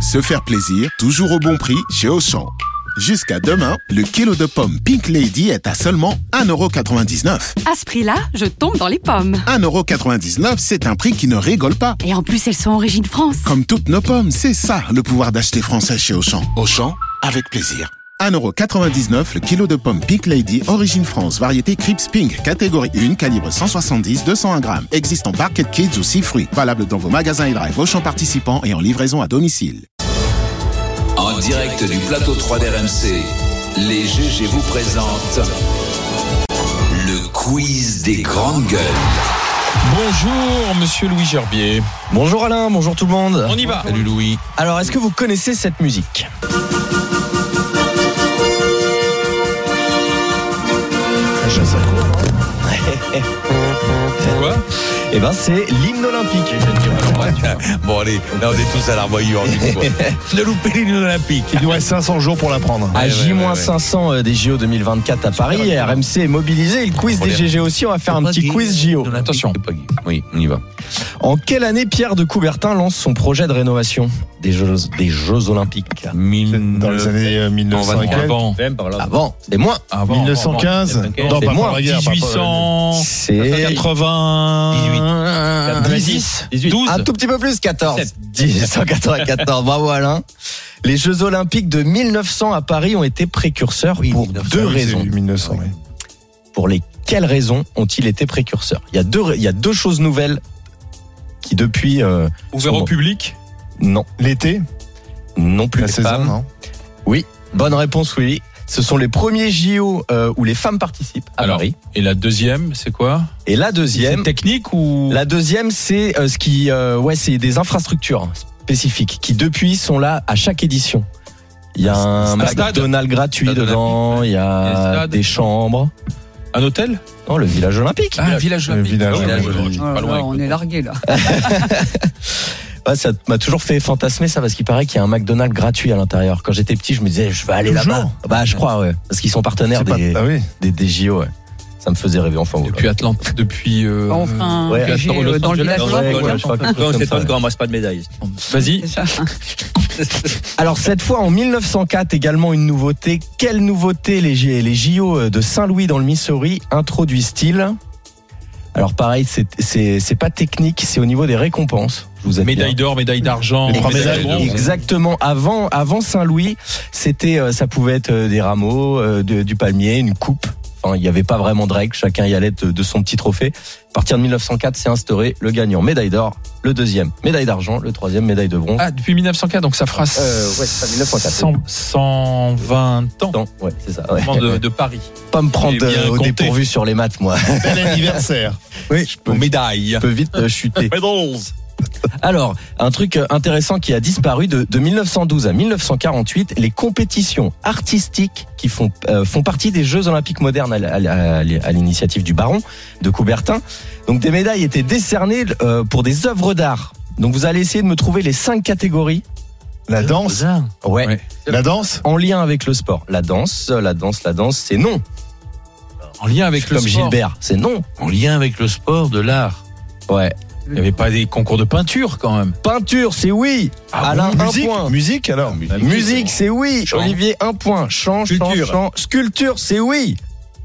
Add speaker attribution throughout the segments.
Speaker 1: se faire plaisir, toujours au bon prix chez Auchan. Jusqu'à demain, le kilo de pommes Pink Lady est à seulement 1,99€.
Speaker 2: À ce prix-là, je tombe dans les pommes.
Speaker 1: 1,99€, c'est un prix qui ne rigole pas.
Speaker 2: Et en plus, elles sont origine France.
Speaker 1: Comme toutes nos pommes, c'est ça le pouvoir d'acheter français chez Auchan. Auchan, avec plaisir. 1,99€ le kilo de pommes Pink Lady, origine France, variété Crips Pink, catégorie 1, calibre 170-201 grammes. Existe en Barket Kids ou 6 fruits. Valable dans vos magasins et drive Auchan participants et en livraison à domicile.
Speaker 3: En direct du plateau 3 d'RMC, les GG vous présentent le quiz des grandes gueules.
Speaker 4: Bonjour, monsieur Louis Gerbier.
Speaker 5: Bonjour Alain, bonjour tout le monde.
Speaker 4: On y va. Ah, Salut Louis.
Speaker 5: Alors, est-ce que vous connaissez cette musique
Speaker 4: Quoi
Speaker 5: Eh ben, c'est l'hymne olympique.
Speaker 4: Bon, allez, là, on est tous à hein, l'armoire De louper l'île olympique.
Speaker 6: Il nous reste 500 jours pour l'apprendre.
Speaker 5: À
Speaker 4: Ouais, ouais, ouais,
Speaker 5: J-500 euh, des JO 2024 à Paris, RMC est mobilisé et le quiz
Speaker 4: Faut
Speaker 5: des
Speaker 4: les-
Speaker 5: GG aussi. On va faire un petit quiz JO.
Speaker 4: Attention. Oui, on y va.
Speaker 5: En quelle année Pierre de Coubertin lance son projet de rénovation des Jeux, des Jeux Olympiques
Speaker 6: Dans les années euh, 1900 et quelques.
Speaker 4: avant.
Speaker 5: Avant, c'est moins.
Speaker 4: Avant.
Speaker 6: 1915 Non,
Speaker 5: C'est
Speaker 6: pas
Speaker 5: moi,
Speaker 6: pendant la guerre. pas- pas-
Speaker 4: 1800.
Speaker 5: C'est
Speaker 4: 80.
Speaker 5: 18.
Speaker 4: 12.
Speaker 5: Un tout petit peu plus, 14. 1894, bravo Alain. Les Jeux Olympiques de 1900 à Paris ont été précurseurs pour deux
Speaker 6: Ah oui, c'est
Speaker 5: raisons.
Speaker 6: 1900, oui.
Speaker 5: Pour lesquelles raisons ont-ils été précurseurs il y, a deux, il y a deux choses nouvelles qui depuis... euh,
Speaker 4: Ouvert au public.
Speaker 5: non,
Speaker 6: L'été,
Speaker 5: non plus
Speaker 6: la
Speaker 5: les
Speaker 6: saison,
Speaker 5: femmes.
Speaker 6: non
Speaker 5: Bonne réponse, oui. Ce sont les premiers JO euh, où les femmes participent à
Speaker 4: Alors.
Speaker 5: Paris.
Speaker 4: Et la deuxième, c'est quoi
Speaker 5: Et la
Speaker 4: C'est
Speaker 5: deuxième,
Speaker 4: technique ou
Speaker 5: La deuxième, c'est euh, ce qui, euh, ouais, c'est des infrastructures spécifiques qui depuis sont là à chaque édition. Il y a un
Speaker 4: Stade.
Speaker 5: McDonald's gratuit
Speaker 4: Stade
Speaker 5: dedans, il y
Speaker 4: Il y a
Speaker 5: a
Speaker 4: stade.
Speaker 5: des chambres.
Speaker 4: un hôtel
Speaker 5: Non, le village olympique.
Speaker 4: Ah, village
Speaker 6: Le village olympique.
Speaker 4: Pas
Speaker 7: Ah,
Speaker 4: loin.
Speaker 7: on est largué là.
Speaker 5: Ouais, Bah, ça m'a toujours fait fantasmer ça parce qu'il paraît qu'il y a un McDonald's gratuit à l'intérieur. Quand j'étais petit, je me disais, je vais aller là-bas.
Speaker 6: Toujours
Speaker 5: Bah, je crois, ouais, parce qu'ils sont partenaires
Speaker 6: C'est pas-
Speaker 5: des,
Speaker 6: Ah oui.
Speaker 5: des, des JO. ouais. Ça me faisait rêver. Enfin, voilà.
Speaker 4: Depuis Atlante. Depuis. euh,
Speaker 7: Bah, On fera un
Speaker 5: ouais,
Speaker 7: GG,
Speaker 4: attends,
Speaker 7: euh,
Speaker 4: Los
Speaker 7: dans le
Speaker 4: Angeles,
Speaker 7: village
Speaker 4: ouais,
Speaker 7: olympique,
Speaker 4: ouais,
Speaker 7: hein,
Speaker 5: je crois que-
Speaker 7: on peut-
Speaker 5: Non, c'est pas
Speaker 8: qu'on ramasse pas de médailles.
Speaker 4: Vas-y.
Speaker 7: c'est ça.
Speaker 5: Alors cette fois en 1904 également une nouveauté. Quelle nouveauté les, J- les JO de Saint-Louis dans le Missouri introduisent-ils Alors pareil, c'est- c'est c'est pas technique, c'est au niveau des récompenses. Je vous aide
Speaker 4: Médaille d'or, médaille d'argent.
Speaker 6: Les trois
Speaker 5: bien.
Speaker 6: médailles
Speaker 4: de bronze.
Speaker 5: Exactement. Avant, avant Saint-Louis, c'était, euh, ça pouvait être euh, des rameaux, euh, de- du palmier, une coupe. Enfin, il n'y avait pas vraiment de règle. Chacun y allait de, de son petit trophée. À partir de 1904, c'est instauré le gagnant médaille d'or, le deuxième médaille d'argent, le troisième médaille de bronze.
Speaker 4: Ah, depuis 1904, donc ça fera
Speaker 5: Euh, ouais, c'est ça, 1904.
Speaker 4: 100 120 ans
Speaker 5: Non, ouais, c'est ça. ouais.
Speaker 4: Moment de, de Paris.
Speaker 5: pas me
Speaker 4: Et
Speaker 5: prendre
Speaker 4: bien
Speaker 5: euh, au
Speaker 4: compté.
Speaker 5: dépourvu sur les maths, moi.
Speaker 6: Bel anniversaire.
Speaker 5: Oui, je peux,
Speaker 4: médaille.
Speaker 5: je peux vite euh, chuter.
Speaker 4: Médailles.
Speaker 5: Alors, un truc euh, intéressant qui a disparu de, de 1912 à 1948, les compétitions artistiques qui font, euh, font partie des Jeux Olympiques modernes à, l- à l- à l- à l'initiative du baron de Coubertin. Donc, des médailles étaient décernées euh, pour des œuvres d'art. Donc, vous allez essayer de me trouver les cinq catégories.
Speaker 6: La danse,
Speaker 5: Ouais.
Speaker 4: Ouais.
Speaker 6: la danse,
Speaker 5: En lien avec le sport. La danse, euh, la danse, la danse, c'est non.
Speaker 4: En lien avec le
Speaker 5: Comme
Speaker 4: sport.
Speaker 5: Gilbert, c'est non.
Speaker 8: En lien avec le sport, de l'art.
Speaker 5: Ouais.
Speaker 4: Il n'y avait pas des concours de peinture quand même.
Speaker 5: Peinture, c'est oui.
Speaker 4: Ah
Speaker 5: Alain, un
Speaker 6: musique,
Speaker 5: point.
Speaker 6: musique alors.
Speaker 5: Musique, c'est oui. Olivier, un point. Chant, chant,
Speaker 4: Culture.
Speaker 5: chant. Sculpture, c'est oui.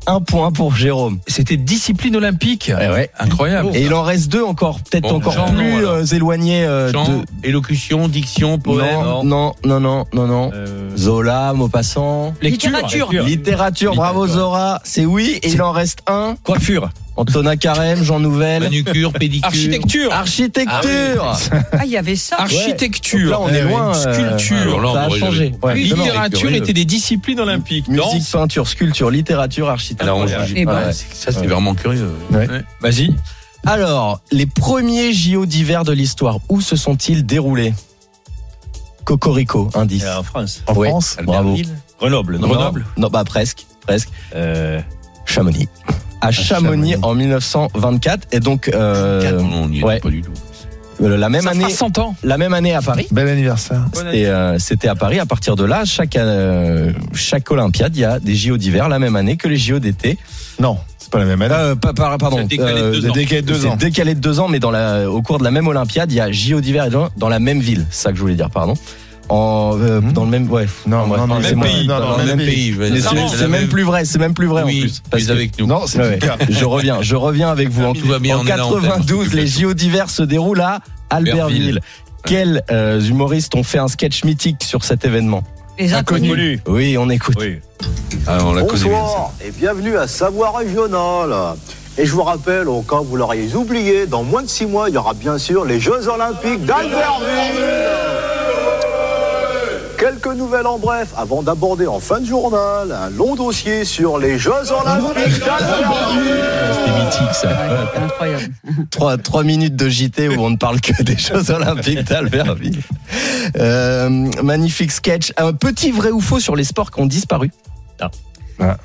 Speaker 5: Un point pour Jérôme.
Speaker 4: C'était discipline olympique. Ah Incroyable.
Speaker 5: Eh Et il en reste deux encore, peut-être
Speaker 8: Bon,
Speaker 5: encore
Speaker 4: Jean,
Speaker 5: plus
Speaker 8: non, alors.
Speaker 5: euh, éloignés euh,
Speaker 8: Chant,
Speaker 5: de.
Speaker 8: élocution, diction, poème.
Speaker 5: non, non, non, non, non, non. Zola, Maupassant.
Speaker 4: Euh, Lecture.
Speaker 7: Littérature.
Speaker 5: Littérature, bravo Zora, c'est oui. Et il en reste un.
Speaker 8: Coiffure.
Speaker 5: Antonin Carême, Jean Nouvel.
Speaker 8: Manucure, pédicure.
Speaker 4: Architecture.
Speaker 5: Architecture.
Speaker 7: Ah, il y avait ça.
Speaker 5: Donc
Speaker 4: Architecture. Eh
Speaker 5: là, on est
Speaker 6: Ah oui.
Speaker 5: loin. euh,
Speaker 4: Sculpture.
Speaker 8: Alors là,
Speaker 5: Ça a
Speaker 8: on aurait-
Speaker 5: changé. Ouais.
Speaker 4: Littérature
Speaker 8: Curieux.
Speaker 4: était des disciplines olympiques.
Speaker 5: Musique, peinture, sculpture, littérature, architecture.
Speaker 8: Alors, on juge.
Speaker 7: Eh ben,
Speaker 5: Ouais.
Speaker 8: Ça, c'est vraiment curieux.
Speaker 4: Danse. Ouais. Vas-y.
Speaker 5: Alors, les premiers JO d'hiver de l'histoire, où se sont-ils déroulés Cocorico, indice.
Speaker 8: En France.
Speaker 6: En
Speaker 5: Ouais.
Speaker 6: France,
Speaker 5: Oh, Bravo.
Speaker 8: Grenoble.
Speaker 5: Non,
Speaker 4: Grenoble
Speaker 5: Non, bah presque, presque.
Speaker 8: Euh, Ah,
Speaker 5: Chamonix. À Chamonix,
Speaker 6: Chamonix.
Speaker 5: en 1924 et donc euh,
Speaker 8: quatre, non, on n'y était
Speaker 5: ouais.
Speaker 8: pas du tout.
Speaker 5: euh, la même
Speaker 4: Ça
Speaker 5: année,
Speaker 4: fera 100 ans.
Speaker 5: la même année à Paris.
Speaker 6: bel anniversaire.
Speaker 5: C'était euh, c'était à Paris. À partir de là, chaque euh, chaque Olympiade, il y a des JO d'hiver la même année que les JO d'été.
Speaker 6: Non, c'est pas la même année.
Speaker 5: Euh, pas- pas- pardon.
Speaker 8: C'est décalé de
Speaker 5: euh,
Speaker 8: deux
Speaker 6: C'est
Speaker 8: non.
Speaker 6: décalé de deux
Speaker 5: C'est
Speaker 6: ans.
Speaker 5: décalé de deux ans, mais dans la, au cours de la même Olympiade, il y a JO d'hiver et dans- dans la même ville. C'est ça que je voulais dire, pardon. en, euh,
Speaker 6: Hmm.
Speaker 5: dans le même ouais.
Speaker 6: Non,
Speaker 5: ouais,
Speaker 6: non, non,
Speaker 5: c'est
Speaker 6: même
Speaker 5: moi.
Speaker 6: pays.
Speaker 5: Non,
Speaker 6: non,
Speaker 5: non,
Speaker 6: le
Speaker 5: mais
Speaker 6: même pays.
Speaker 8: je vais
Speaker 5: mais
Speaker 8: dire.
Speaker 5: c'est-
Speaker 8: Non,
Speaker 5: c'est
Speaker 8: la
Speaker 5: même plus vrai, c'est même plus vrai en
Speaker 8: Oui,
Speaker 5: plus. Parce
Speaker 8: plus
Speaker 5: que-
Speaker 8: avec nous.
Speaker 6: Non, c'est
Speaker 5: Ouais,
Speaker 6: plus clair.
Speaker 5: Je reviens, je reviens avec vous. En,
Speaker 8: Tout va bien,
Speaker 5: en
Speaker 8: on est là, on t'aime.
Speaker 5: 92, les JO d'hiver se déroulent à Albertville.
Speaker 8: Albertville.
Speaker 5: Quels euh, humoristes ont fait un sketch mythique sur cet événement
Speaker 7: Les inconnus.
Speaker 5: Oui, on écoute.
Speaker 8: Oui. Ah, on l'a causé.
Speaker 9: Bonsoir et bienvenue à Savoir Régional. Et je vous rappelle, au cas où vous l'auriez oublié, dans moins de six mois, il y aura bien sûr les Jeux Olympiques d'Albertville. Quelques nouvelles en bref avant d'aborder en fin de journal un long dossier sur les Jeux Olympiques d'Albertville.
Speaker 5: C'était mythique ça.
Speaker 7: Ouais, c'est Incroyable.
Speaker 5: Trois, trois minutes de JT où on ne parle que des Jeux Olympiques d'Albertville. Euh, magnifique sketch. Un petit vrai ou faux sur les sports qui ont disparu. Ah.
Speaker 6: Ah.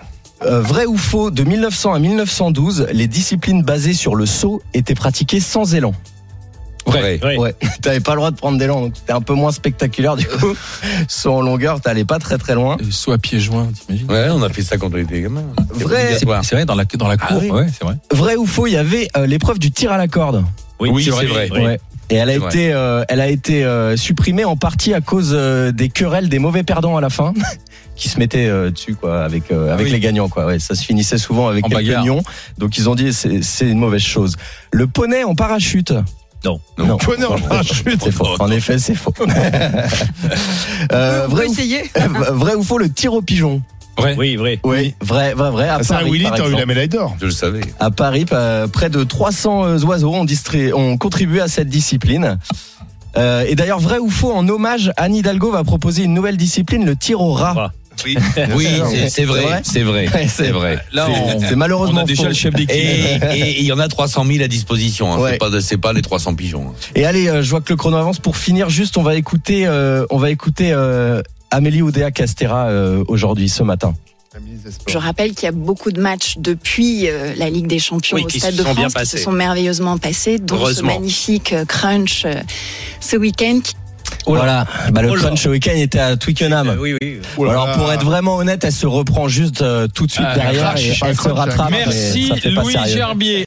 Speaker 5: Euh, vrai ou faux, de 1900 à 1912, les disciplines basées sur le saut étaient pratiquées sans élan.
Speaker 4: Vrai.
Speaker 5: Ouais, t'avais pas le droit de prendre des langues, donc c'était un peu moins spectaculaire du coup. Soit en longueur, t'allais pas très très loin.
Speaker 10: Soit à pieds joints, t'imagines
Speaker 4: Ouais, on a fait ça quand on était gamin.
Speaker 5: Vrai,
Speaker 10: C'est c'est vrai, dans la, dans la cour,
Speaker 4: Ah oui.
Speaker 10: ouais, c'est vrai.
Speaker 5: vrai ou faux, il y avait euh, l'épreuve du tir à la corde.
Speaker 4: Oui, c'est vrai.
Speaker 5: Ouais. Et elle a
Speaker 4: C'est vrai.
Speaker 5: été, euh, elle a été euh, supprimée en partie à cause euh, des querelles des mauvais perdants à la fin, qui se mettaient euh, dessus quoi, avec euh, avec
Speaker 4: oui.
Speaker 5: les gagnants quoi. Ouais, ça se finissait souvent avec
Speaker 10: En
Speaker 5: des
Speaker 10: bagarre.
Speaker 5: gagnants. Donc ils ont dit c'est c'est une mauvaise chose. Le poney en parachute.
Speaker 10: Non.
Speaker 5: non.
Speaker 6: Poney en parachute.
Speaker 5: C'est faux. En effet, c'est faux. Euh,
Speaker 7: Vous
Speaker 5: vrai, ou,
Speaker 7: essayez
Speaker 5: vrai ou faux le tir au pigeon.
Speaker 10: Vrai.
Speaker 8: Oui, vrai.
Speaker 5: Oui, vrai, vrai, vrai. À
Speaker 6: Ah, Ça,
Speaker 5: Paris,
Speaker 6: Willy,
Speaker 5: par
Speaker 6: t'as eu la
Speaker 5: exemple.
Speaker 6: médaille d'or.
Speaker 4: Je le savais.
Speaker 5: À Paris, pa- près de 300 euh, oiseaux ont, distrait- ont contribué à cette discipline. Euh, et d'ailleurs, vrai ou faux, en hommage, Anne Hidalgo va proposer une nouvelle discipline, le tir au rat.
Speaker 10: Ah,
Speaker 4: Oui, c'est- c'est vrai. C'est vrai.
Speaker 5: Ouais, c'est-
Speaker 4: C'est vrai.
Speaker 8: Là, on,
Speaker 5: Oh, C'est malheureusement
Speaker 10: on a déjà
Speaker 5: faux.
Speaker 10: le chef d'équipe.
Speaker 4: Et et il y en a 300 000 à disposition. hein.
Speaker 5: Ouais.
Speaker 4: C'est pas, de- c'est pas les 300 pigeons. hein.
Speaker 5: Et allez, euh, je vois que le chrono avance. Pour finir, juste, on va écouter, euh, on va écouter euh, Amélie Oudéa Castera euh, aujourd'hui, ce matin.
Speaker 2: Je rappelle qu'il y a beaucoup de matchs depuis euh, la Ligue des Champions
Speaker 8: Oui,
Speaker 2: au
Speaker 8: qui
Speaker 2: Stade
Speaker 8: se
Speaker 2: de
Speaker 8: sont bien
Speaker 2: France qui se
Speaker 8: passés.
Speaker 2: sont merveilleusement passés, dont ce
Speaker 8: Heureusement.
Speaker 2: magnifique euh, crunch euh, ce week-end qui
Speaker 10: Oh là.
Speaker 5: voilà. Bah, le
Speaker 8: Oh là.
Speaker 5: crunch week-end était à
Speaker 10: Eh
Speaker 5: Twickenham.
Speaker 8: oui, oui.
Speaker 5: Alors, pour être vraiment honnête, elle se reprend juste euh, tout de suite
Speaker 10: Ah,
Speaker 5: derrière
Speaker 6: crash,
Speaker 5: et elle se
Speaker 6: crash,
Speaker 5: rattrape. mais
Speaker 10: Merci
Speaker 5: ça fait pas
Speaker 10: Louis
Speaker 5: sérieux.
Speaker 10: Gerbier.